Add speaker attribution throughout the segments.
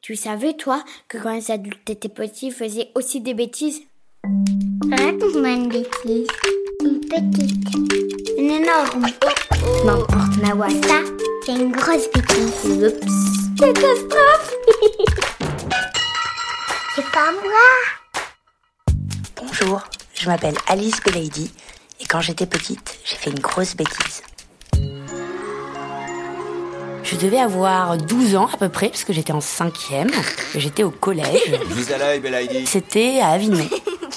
Speaker 1: Tu savais, toi, que quand les adultes étaient petits, ils faisaient aussi des bêtises
Speaker 2: Raconte-moi une bêtise.
Speaker 1: Une petite.
Speaker 2: Une énorme.
Speaker 1: N'importe, Mawa.
Speaker 2: Ça, c'est une grosse bêtise.
Speaker 1: Oups.
Speaker 2: Catastrophe C'est pas moi
Speaker 3: Bonjour, je m'appelle Alice Belaïdi et quand j'étais petite, j'ai fait une grosse bêtise. Je devais avoir 12 ans à peu près, parce que j'étais en cinquième, j'étais au collège.
Speaker 4: Mise à l'œil, Belaïdi.
Speaker 3: C'était à Avignon.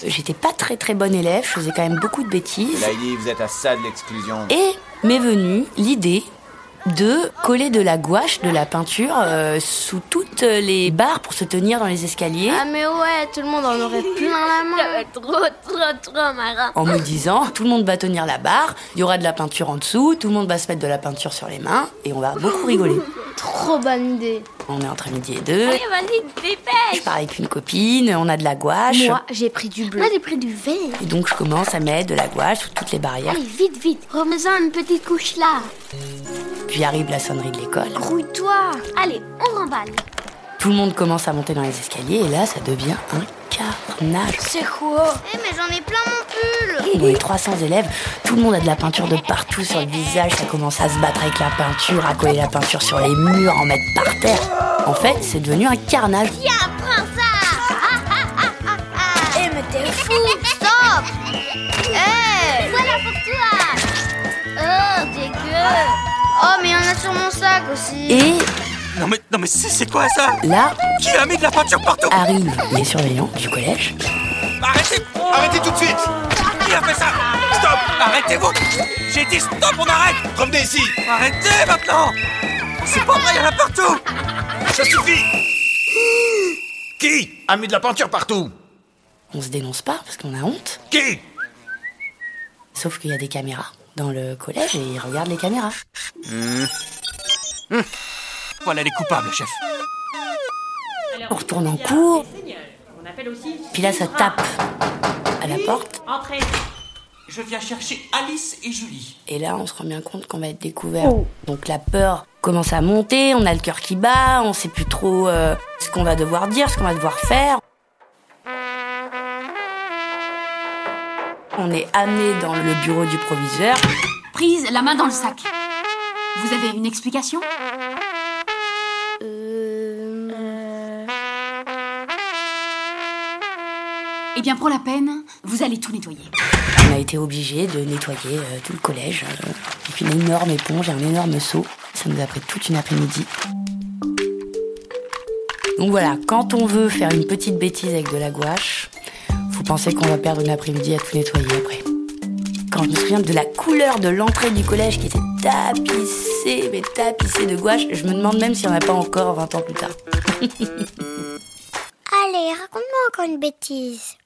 Speaker 3: J'étais pas très très bonne élève, je faisais quand même beaucoup de bêtises.
Speaker 4: Belaïdi, vous êtes à ça de l'exclusion.
Speaker 3: Et m'est venue l'idée de coller de la gouache, de la peinture, euh, sous toutes les barres pour se tenir dans les escaliers.
Speaker 5: Ah mais ouais, tout le monde en aurait plein la main.
Speaker 2: Trop, trop, trop marrant.
Speaker 3: en me disant tout le monde va tenir la barre, il y aura de la peinture en dessous, tout le monde va se mettre de la peinture sur les mains et on va beaucoup rigoler.
Speaker 5: Trop bonne idée.
Speaker 3: On est entre midi et deux,
Speaker 2: Allez, vas-y, dépêche
Speaker 3: je pars avec une copine, on a de la gouache.
Speaker 5: Moi, j'ai pris du bleu.
Speaker 2: Moi, j'ai pris du verre.
Speaker 3: Et donc je commence à mettre de la gouache sous toutes les barrières.
Speaker 2: Allez, vite, vite. Remets-en une petite couche là.
Speaker 3: Puis arrive la sonnerie de l'école.
Speaker 5: Grouille-toi.
Speaker 2: Allez, on remballe.
Speaker 3: Tout le monde commence à monter dans les escaliers et là ça devient un carnage.
Speaker 5: C'est quoi
Speaker 2: Eh, mais j'en ai plein mon pull.
Speaker 3: On est 300 élèves, tout le monde a de la peinture de partout sur le visage, ça commence à se battre avec la peinture, à coller la peinture sur les murs, à en mettre par terre. En fait, c'est devenu un carnage.
Speaker 2: Tiens, prends ça. Ah, ah, ah, ah, ah.
Speaker 5: Eh mais t'es fou
Speaker 2: Stop Eh Voilà pour toi Oh, dégueu
Speaker 5: Oh mais il y en a sur mon sac aussi.
Speaker 3: Et
Speaker 6: Non mais, non mais c'est c'est quoi ça
Speaker 3: là,
Speaker 6: Qui a mis de la peinture partout
Speaker 3: arrivent les surveillants du collège.
Speaker 6: Arrêtez Arrêtez tout de suite Qui a fait ça Stop Arrêtez-vous J'ai dit stop, on arrête
Speaker 4: Revenez ici.
Speaker 6: Arrêtez maintenant C'est pas vrai, il y en a partout Ça suffit
Speaker 4: Qui a mis de la peinture partout
Speaker 3: On se dénonce pas parce qu'on a honte.
Speaker 4: Qui
Speaker 3: Sauf qu'il y a des caméras dans le collège et ils regardent les caméras.
Speaker 6: Voilà les coupables, chef.
Speaker 3: On retourne en cours,
Speaker 7: On appelle aussi.
Speaker 3: puis là ça tape à la porte.
Speaker 7: Entrez.
Speaker 6: Je viens chercher Alice et Julie.
Speaker 3: Et là on se rend bien compte qu'on va être découvert. Donc la peur commence à monter, on a le cœur qui bat, on sait plus trop euh, ce qu'on va devoir dire, ce qu'on va devoir faire. On est amené dans le bureau du proviseur.
Speaker 8: Prise, la main dans le sac. Vous avez une explication Eh bien, pour la peine, vous allez tout nettoyer.
Speaker 3: On a été obligé de nettoyer euh, tout le collège euh, avec une énorme éponge et un énorme seau. Ça nous a pris toute une après-midi. Donc voilà, quand on veut faire une petite bêtise avec de la gouache, vous pensez qu'on va perdre une après-midi à tout nettoyer après. Quand je me souviens de la couleur de l'entrée du collège qui était tapissée, mais tapissée de gouache, je me demande même si on n'a pas encore 20 ans plus tard.
Speaker 2: Allez, raconte-moi encore une bêtise.